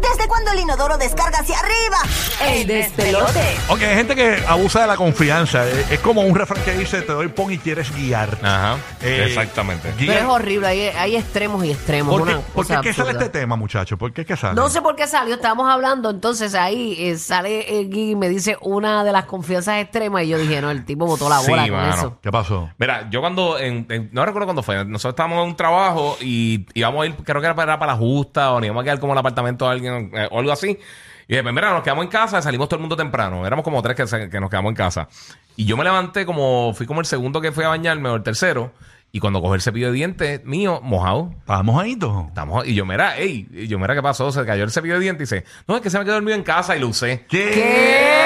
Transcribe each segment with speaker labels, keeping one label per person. Speaker 1: desde cuando el inodoro descarga hacia arriba.
Speaker 2: ¡Ey, despelote!
Speaker 3: Ok, hay gente que abusa de la confianza. Eh, Es como un refrán que dice, te doy pon y quieres guiar.
Speaker 4: Ajá.
Speaker 3: Eh,
Speaker 4: Exactamente.
Speaker 3: guía-
Speaker 2: Pero es horrible, hay, hay extremos y extremos.
Speaker 3: ¿Por qué,
Speaker 2: una
Speaker 3: por qué
Speaker 2: cosa
Speaker 3: es que sale
Speaker 2: absurda.
Speaker 3: este tema, muchachos? ¿Por qué es que sale?
Speaker 2: No sé por qué salió, estábamos hablando, entonces ahí eh, sale eh, Gigi y me dice una de las confianzas extremas y yo dije, no, el tipo botó la
Speaker 4: Sí,
Speaker 2: bola con
Speaker 4: mano.
Speaker 2: eso.
Speaker 3: ¿Qué pasó?
Speaker 4: Mira, yo cuando, en- en- no recuerdo cuándo fue, nosotros estábamos en un trabajo y íbamos a ir, creo que era para, para la justa o nos íbamos a quedar como en el apartamento de alguien eh, o algo así. Y de primera nos quedamos en casa, salimos todo el mundo temprano, éramos como tres que, se- que nos quedamos en casa. Y yo me levanté como, fui como el segundo que fui a bañarme o el tercero, y cuando cogí el cepillo de dientes mío, mojado,
Speaker 3: Estábamos ahí, todos.
Speaker 4: estamos, y yo mira, ey, y yo mira qué pasó, se cayó el cepillo de dientes y dice, no, es que se me quedó dormido en casa y lo usé.
Speaker 3: ¿Qué?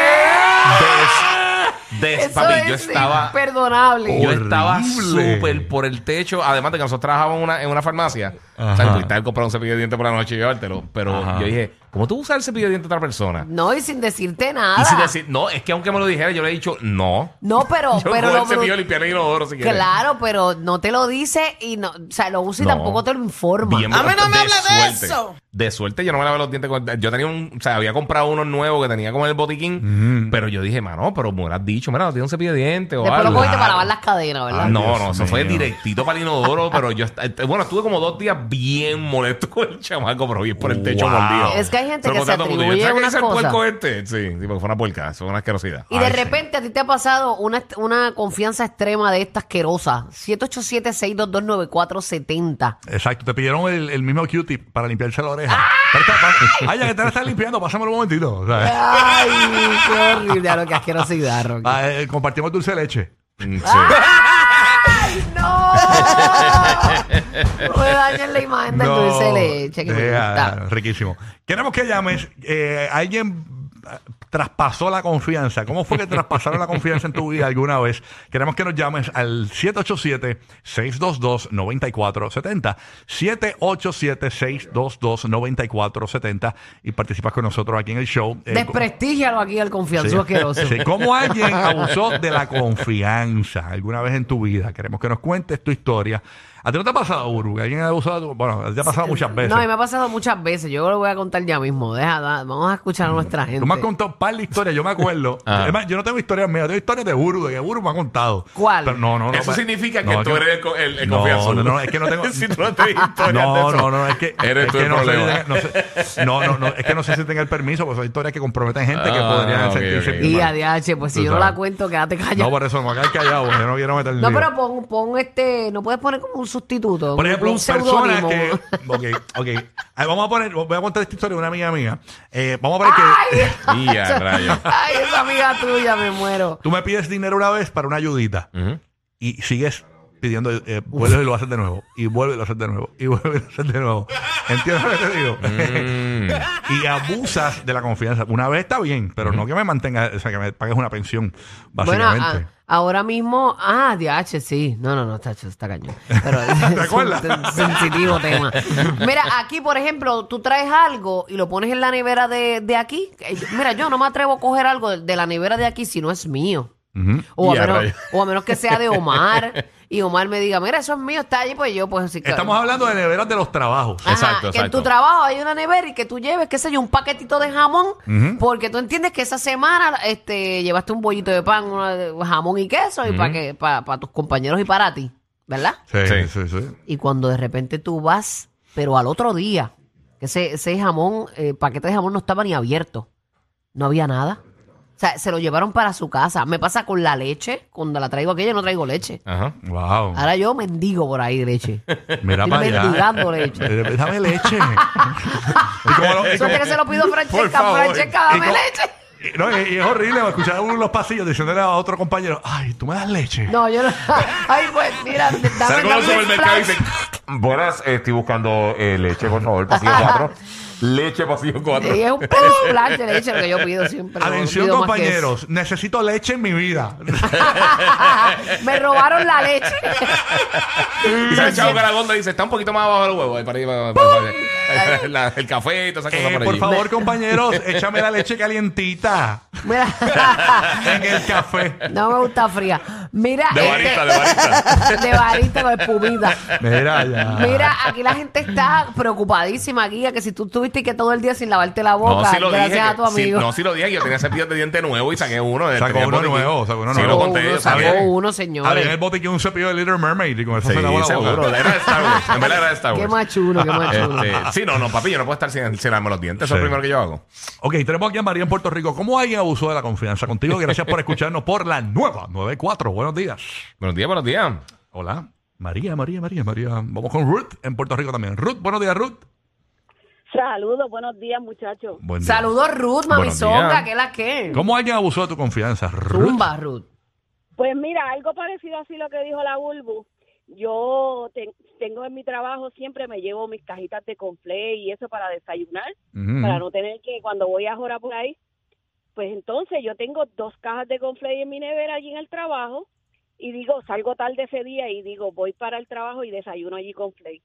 Speaker 4: Des, des-
Speaker 2: Eso
Speaker 4: papi,
Speaker 2: es
Speaker 4: yo estaba... Oh.
Speaker 2: imperdonable.
Speaker 4: Yo estaba
Speaker 3: Horrible.
Speaker 4: súper por el techo. Además de que nosotros trabajábamos en una, en una farmacia.
Speaker 3: Ajá.
Speaker 4: O sea, pudiste haber comprado un cepillo de dientes por la noche y llevártelo. Pero
Speaker 3: Ajá.
Speaker 4: yo dije, ¿cómo tú usas el cepillo de dientes de otra persona?
Speaker 2: No, y sin decirte nada.
Speaker 4: Y sin decir, no, es que aunque me lo dijera, yo le he dicho, no.
Speaker 2: No, pero,
Speaker 4: Yo
Speaker 2: pero
Speaker 4: cojo
Speaker 2: lo
Speaker 4: el cepillo
Speaker 2: bru-
Speaker 4: a limpiar el inodoro si quieres.
Speaker 2: Claro, pero no te lo dice y no, o sea, lo usa y
Speaker 4: No.
Speaker 2: tampoco te lo informa. Ah,
Speaker 4: Bien
Speaker 5: A mí no me
Speaker 4: de
Speaker 5: hable de
Speaker 4: suerte.
Speaker 5: eso.
Speaker 4: De suerte yo no me lavé los dientes. con- Yo tenía un... O sea, había comprado uno nuevo que tenía como el botiquín. Pero yo dije, mano, pero me hubieras dicho, mira, tiene un cepillo de dientes o
Speaker 2: Después
Speaker 4: algo.
Speaker 2: lo cogiste para
Speaker 4: Claro.
Speaker 2: lavar las cadenas, ¿verdad?
Speaker 3: Ay,
Speaker 4: no,
Speaker 3: Dios
Speaker 4: no, eso fue
Speaker 3: mío.
Speaker 4: directito para el inodoro, pero yo, est- est- bueno, estuve como dos días bien molesto con el chamaco, pero bien por el techo
Speaker 3: Wow.
Speaker 4: mordido.
Speaker 2: Es que hay gente
Speaker 4: Pero
Speaker 2: que
Speaker 4: con
Speaker 2: se
Speaker 4: tanto mundo, yo,
Speaker 2: atribuye
Speaker 4: ¿sabes qué
Speaker 2: unas
Speaker 4: dice el
Speaker 2: cosas?
Speaker 4: puerco este? Sí, sí, porque fue una puerca, eso fue una asquerosidad.
Speaker 2: Y de
Speaker 3: Ay, sí.
Speaker 2: repente a ti te ha pasado una, una confianza extrema de esta asquerosa. 787-622-9470.
Speaker 3: Exacto, te pidieron el, el mismo Q-tip para limpiarse la oreja. Pero está- pa- ay, ya que te la estás limpiando, pásamelo un momentito. o sea,
Speaker 2: Ay, qué horrible, a lo que asquerosidad, Rocky.
Speaker 3: ah, eh, compartimos dulce de leche.
Speaker 4: Mm, sí.
Speaker 2: ¡No! No me dañes la imagen del dulce de leche que me
Speaker 3: deja,
Speaker 2: gusta.
Speaker 3: eh, ah, riquísimo. Queremos que llames. eh, alguien ah, traspasó la confianza. ¿Cómo fue que traspasaron la confianza en tu vida alguna vez? Queremos que nos llames al 787-622-9470. 787-622-9470 y participas con nosotros aquí en el show. Eh,
Speaker 2: Desprestígialo aquí al confianzo
Speaker 3: Sí.
Speaker 2: asqueroso.
Speaker 3: Sí, ¿Cómo alguien abusó de la confianza alguna vez en tu vida? Queremos que nos cuentes tu historia. ¿A ti no te ha pasado, Uru? que ¿Alguien ha abusado? de tu- Bueno, te ha pasado muchas veces.
Speaker 2: No, y me ha pasado muchas veces. Yo lo voy a contar ya mismo. Deja, da- vamos a escuchar a nuestra gente.
Speaker 3: Tú me has contado un par de historias, yo me acuerdo.
Speaker 4: Ah.
Speaker 3: Además, yo no tengo historias mías, tengo historias de Uru, de que Uru me ha contado.
Speaker 2: ¿Cuál?
Speaker 3: Pero no, no, no.
Speaker 4: Eso
Speaker 3: pa-
Speaker 4: significa que
Speaker 3: no,
Speaker 4: tú
Speaker 3: yo-
Speaker 4: eres el, co- el, el
Speaker 3: No,
Speaker 4: confianzudo.
Speaker 3: no, no, es que no tengo-
Speaker 4: si tú no tienes historias de
Speaker 3: No,
Speaker 4: eso,
Speaker 3: no, no, es que,
Speaker 4: Eres
Speaker 3: es
Speaker 4: tú
Speaker 3: que
Speaker 4: el
Speaker 3: no, sé,
Speaker 4: problema.
Speaker 3: si tenga- no, sé- no, no, no, es que no sé si tenga el permiso, porque son historias que comprometen gente que
Speaker 4: Ah,
Speaker 3: podrían
Speaker 4: ok,
Speaker 3: sentirse
Speaker 4: ok.
Speaker 2: Y
Speaker 3: mal.
Speaker 2: ADH, pues si
Speaker 3: Tú
Speaker 2: yo no la
Speaker 3: sabes.
Speaker 2: cuento, quédate
Speaker 3: No,
Speaker 2: callado.
Speaker 3: por eso me voy a quedar callado, porque yo no quiero meter
Speaker 2: No,
Speaker 3: lío.
Speaker 2: pero pon, pon este, no puedes poner como un sustituto.
Speaker 3: Por ejemplo,
Speaker 2: un
Speaker 3: personas
Speaker 2: seudónimo.
Speaker 3: que. Ok, ok. Ahí vamos a poner. Voy a contar esta historia de una amiga mía. Eh, vamos a poner que.
Speaker 4: Y a rayos.
Speaker 2: Ay, esa amiga tuya, me muero.
Speaker 3: Tú me pides dinero una vez para una ayudita.
Speaker 4: Ujú.
Speaker 3: Y sigues pidiendo. eh, vuelves y lo haces de nuevo. Y vuelves y lo haces de nuevo. Y vuelves y lo haces de nuevo. ¿Entiendes lo que te digo?
Speaker 4: Mm.
Speaker 3: y abusas de la confianza. Una vez está bien, pero no que me mantengas. O sea, que me pagues una pensión,
Speaker 2: Bueno,
Speaker 3: básicamente.
Speaker 2: a- ahora mismo, ah, DH, sí. No, no, no, está, está cañón. Pero es
Speaker 3: acuerdas?
Speaker 2: un sensitivo tema. Mira, aquí, por ejemplo, tú traes algo y lo pones en la nevera de, de aquí. Eh, Mira, yo no me atrevo a coger algo de, de la nevera de aquí si no es mío.
Speaker 3: Ujú.
Speaker 2: O a,
Speaker 4: Ya,
Speaker 2: menos,
Speaker 4: rayo.
Speaker 2: o a menos que sea de Omar y Omar me diga, mira, eso es mío, está allí, pues yo, pues sí. claro.
Speaker 3: Estamos hablando de neveras de los trabajos.
Speaker 2: Ajá,
Speaker 4: Exacto,
Speaker 2: que en
Speaker 4: exacto.
Speaker 2: tu trabajo hay una nevera y que tú lleves, qué sé yo, un paquetito de jamón, porque tú entiendes que esa semana este, llevaste un bollito de pan, una de- jamón y queso, y para que para tus compañeros y para ti, ¿verdad?
Speaker 3: Sí,
Speaker 4: Sí.
Speaker 3: sí, sí.
Speaker 2: Y cuando de repente tú vas, pero al otro día, que ese, ese jamón, eh, paquete de jamón no estaba ni abierto, no había nada. O sea, se lo llevaron para su casa. Me pasa con la leche, cuando la traigo aquella, no traigo leche.
Speaker 4: Ajá.
Speaker 3: Wow.
Speaker 2: Ahora yo mendigo por ahí leche.
Speaker 3: Mira
Speaker 2: Estoy
Speaker 3: para allá.
Speaker 2: mendigando leche.
Speaker 3: Eh, Dame leche. Y como lo- y
Speaker 2: Eso
Speaker 3: como-
Speaker 2: es que se lo pido a
Speaker 4: Por
Speaker 2: Francesca.
Speaker 4: favor.
Speaker 2: Francesca, dame
Speaker 3: Y como-
Speaker 2: leche.
Speaker 3: y- no, y, y es horrible escuchar a uno en los pasillos diciéndole a otro compañero, ay, tú me das leche.
Speaker 2: No, yo no. Ay, pues mira, dame, dame,
Speaker 4: Salgo del
Speaker 2: dame un
Speaker 4: supermercado y
Speaker 2: flash.
Speaker 4: dice, buenas, eh, estoy buscando eh, leche, por favor, pasillo 4. leche, pasillo 4.
Speaker 2: Sí, es un splash de leche lo que yo pido siempre. no
Speaker 3: Atención,
Speaker 2: pido más que
Speaker 3: compañeros, necesito leche en mi vida.
Speaker 2: eso. Me robaron la leche.
Speaker 4: Y sale Chavo Caragonda y dice, está un poquito más abajo del huevo. Ahí para ahí, para- para- para- la- el café y todas esas
Speaker 3: Eh,
Speaker 4: cosas por,
Speaker 3: por
Speaker 4: allí.
Speaker 3: favor, compañeros, échame la leche calientita
Speaker 2: Mira.
Speaker 3: en el café.
Speaker 2: No me gusta fría. Mira. este,
Speaker 4: De varita, de varita.
Speaker 2: De varita con espumita.
Speaker 3: Mira, ya.
Speaker 2: Mira, aquí la gente está preocupadísima, guía, que si tú, tú estuviste que todo el día sin lavarte la boca.
Speaker 4: no, sí lo
Speaker 2: gracias
Speaker 4: dije.
Speaker 2: a
Speaker 4: que-
Speaker 2: tu
Speaker 4: sí,
Speaker 2: amigo.
Speaker 4: no, sí lo dije. que Yo tenía cepillo de diente nuevo y saqué uno. eh,
Speaker 3: Sacó
Speaker 4: tenía
Speaker 3: uno
Speaker 4: botiquín.
Speaker 3: nuevo, sacó uno
Speaker 4: Sí,
Speaker 3: nuevo.
Speaker 4: lo conté.
Speaker 2: Uno
Speaker 4: yo
Speaker 2: sacó
Speaker 4: también.
Speaker 2: uno,
Speaker 3: Había en el
Speaker 2: señores.
Speaker 3: botiquín un cepillo de Little Mermaid y con eso
Speaker 4: Sí,
Speaker 3: se lavó la boca.
Speaker 4: seguro. Era de Star Wars. En verdad era de Star Wars.
Speaker 2: Qué machulo, qué machulo.
Speaker 4: Este, sí, no, no, papi, yo no puedo estar sin, sin lavarme los dientes. Eso es
Speaker 3: Sí.
Speaker 4: lo primero que yo hago.
Speaker 3: Ok, tenemos aquí a María en Puerto Rico. ¿Cómo alguien abusó de la confianza contigo? Gracias por escucharnos por la nueva 94. Buenos días.
Speaker 4: Buenos días, buenos días.
Speaker 3: Hola. María, María, María, María. Vamos con Ruth en Puerto Rico también. Ruth, buenos días, Ruth.
Speaker 5: Saludos, buenos días, muchachos.
Speaker 3: Buen día.
Speaker 2: Saludos, Ruth, mami
Speaker 4: Buenos
Speaker 2: Songa,
Speaker 4: días.
Speaker 2: que la que.
Speaker 3: ¿Cómo alguien abusó de tu confianza, Ruth?
Speaker 2: Zumba, Ruth.
Speaker 5: Pues mira, algo parecido así lo que dijo la Bulbu. Yo te- tengo en mi trabajo, siempre me llevo mis cajitas de conflé y eso para desayunar,
Speaker 3: Ujú.
Speaker 5: para no tener que, cuando voy a jorar por ahí, pues entonces yo tengo dos cajas de conflé en mi nevera allí en el trabajo y digo, salgo tarde ese día y digo, voy para el trabajo y desayuno allí conflé.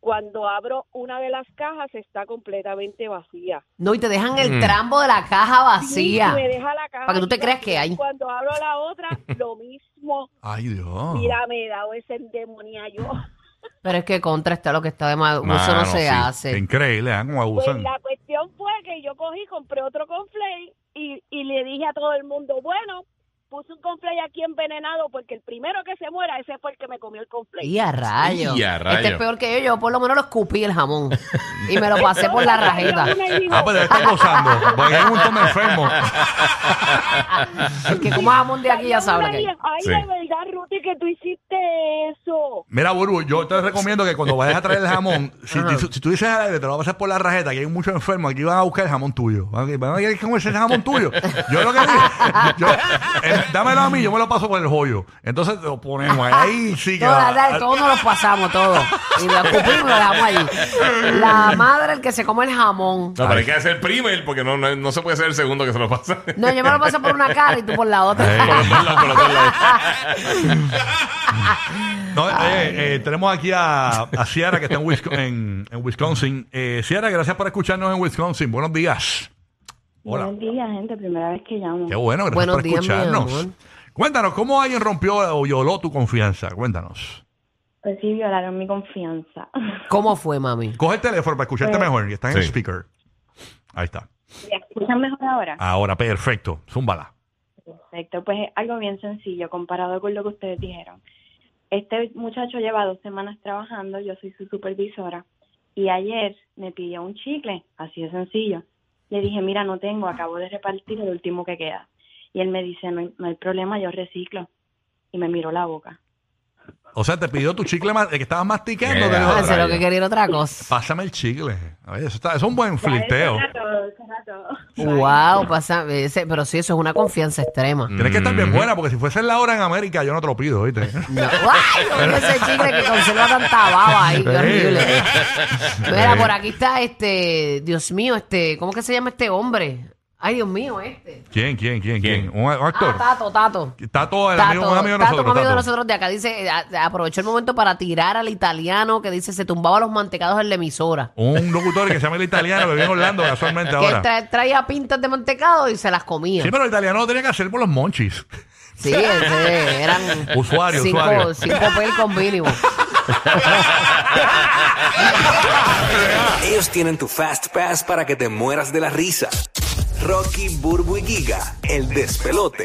Speaker 5: Cuando abro una de las cajas está completamente vacía.
Speaker 2: No, y te dejan el
Speaker 4: Mm.
Speaker 2: trambo de la caja
Speaker 5: Sí,
Speaker 2: vacía.
Speaker 5: me deja la caja
Speaker 2: Para que tú te
Speaker 5: vacía.
Speaker 2: creas que hay.
Speaker 5: Cuando abro la otra, lo mismo.
Speaker 3: Ay, Dios.
Speaker 5: Mira, me he dado ese endemonía yo.
Speaker 2: Pero es que contra está lo que está de mal. Eso no
Speaker 4: Mano,
Speaker 2: se
Speaker 4: sí.
Speaker 3: Qué
Speaker 2: hace.
Speaker 3: increíble, ¿eh? Cómo
Speaker 5: Pues
Speaker 3: abusan.
Speaker 5: la cuestión fue que yo cogí, compré otro conflay y, y le dije a todo el mundo, bueno, puse un conflay aquí envenenado porque el primero que se muera, ese fue el que me comió el conflay.
Speaker 2: Y a rayos.
Speaker 4: Y a
Speaker 2: Este es
Speaker 4: rayos.
Speaker 2: peor que yo. Yo por lo menos lo escupí el jamón. y me lo pasé por la rajeta.
Speaker 3: Ah, pero están gozando. Porque hay un montón de enfermos.
Speaker 2: El que coma jamón de aquí ya sabe lo que hay.
Speaker 5: Ay,
Speaker 4: Sí.
Speaker 5: de verdad, Ruti, que tú hiciste eso.
Speaker 3: Mira, Burbu, yo te recomiendo que cuando vayas a traer el jamón, si, si- si tú dices al aire, te lo vas a pasar por la rajeta, que hay muchos enfermos, aquí van a buscar el jamón tuyo. Van a- van a querer comerse el jamón tuyo. Yo lo que digo, yo, eh, dámelo a mí, yo me lo paso por el joyo. Entonces lo ponemos ahí, sí que
Speaker 2: Todas
Speaker 3: va.
Speaker 2: las edades, todos nos los pasamos, todos. Y lo escupimos y lo dejamos allí. La madre, el que se come el jamón.
Speaker 4: No, pero hay que hacer primer porque no, no, no se puede ser el segundo que se lo pasa.
Speaker 2: No, yo me lo paso por una cara y tú por la
Speaker 4: Por
Speaker 2: otra.
Speaker 4: los dos lados, por los dos lados.
Speaker 3: No, eh, eh, tenemos aquí a, a Ciara, que está en, Wisco- en- en Wisconsin. Eh, Ciara, gracias por escucharnos en Wisconsin. Buenos días. Hola.
Speaker 6: Buenos días, gente. Primera vez que llamo.
Speaker 3: Qué bueno, gracias
Speaker 2: Buenos
Speaker 3: por
Speaker 2: días, mi
Speaker 3: escucharnos.
Speaker 2: amor.
Speaker 3: Cuéntanos, ¿cómo alguien rompió o violó tu confianza? Cuéntanos.
Speaker 6: Pues sí, violaron mi confianza.
Speaker 2: ¿Cómo fue, mami?
Speaker 3: Coge el teléfono para escucharte mejor. Y está en el
Speaker 4: Sí.
Speaker 3: speaker. Ahí está.
Speaker 6: ¿Me escuchan mejor ahora?
Speaker 3: Ahora, perfecto. Zúmbala.
Speaker 6: Perfecto. Pues es algo bien sencillo comparado con lo que ustedes dijeron. Este muchacho lleva dos semanas trabajando. Yo soy su supervisora. Y ayer me pidió un chicle. Así de sencillo. Le dije, mira, no tengo. Acabo de repartir el último que queda. Y él me dice, no hay, no hay problema, yo reciclo. Y me miró la boca.
Speaker 3: O sea, te pidió tu chicle ma- el que estabas masticando.
Speaker 4: Yeah.
Speaker 3: te dijo,
Speaker 4: Ah,
Speaker 2: Ah, sé lo
Speaker 4: rayos.
Speaker 2: que quería era otra cosa.
Speaker 3: Pásame el chicle. A ver, eso, está- eso es un buen
Speaker 6: Ya, eso
Speaker 3: flirteo.
Speaker 6: era todo, eso era todo.
Speaker 2: Wow, pasa, ese- pero sí, eso es una confianza extrema.
Speaker 3: Tienes que estar
Speaker 4: Mm.
Speaker 3: bien buena, porque si fuese la hora en América, yo no te lo pido, ¿viste?
Speaker 2: No. ¡Ay! yo vi ese chicle que conserva tanta baba ahí, qué horrible. Mira, por aquí está este, Dios mío, este, ¿cómo que se llama este hombre? Ay, Dios mío, este.
Speaker 3: ¿Quién, quién, quién, quién?
Speaker 4: ¿Quién?
Speaker 3: Un, un actor.
Speaker 2: Ah, Tato, Tato.
Speaker 3: Está todo el amigo, un amigo
Speaker 2: Tato,
Speaker 3: de nosotros.
Speaker 2: un amigo de
Speaker 3: Tato.
Speaker 2: nosotros de acá dice, eh, a- aprovechó el momento para tirar al italiano que dice se tumbaba los mantecados en la emisora.
Speaker 3: Un locutor que se llama el italiano, que vive en Orlando casualmente
Speaker 2: Que
Speaker 3: ahora.
Speaker 2: tra- traía pintas de mantecado y se las comía.
Speaker 3: Sí, pero el italiano lo tenía que hacer por los monchis.
Speaker 2: Sí, ese, eran
Speaker 3: Usuario,
Speaker 2: cinco,
Speaker 3: usuario.
Speaker 2: cinco pel con mínimo.
Speaker 7: Ellos tienen tu Fast Pass para que te mueras de la risa. Rocky, Burbu y Giga, el despelote.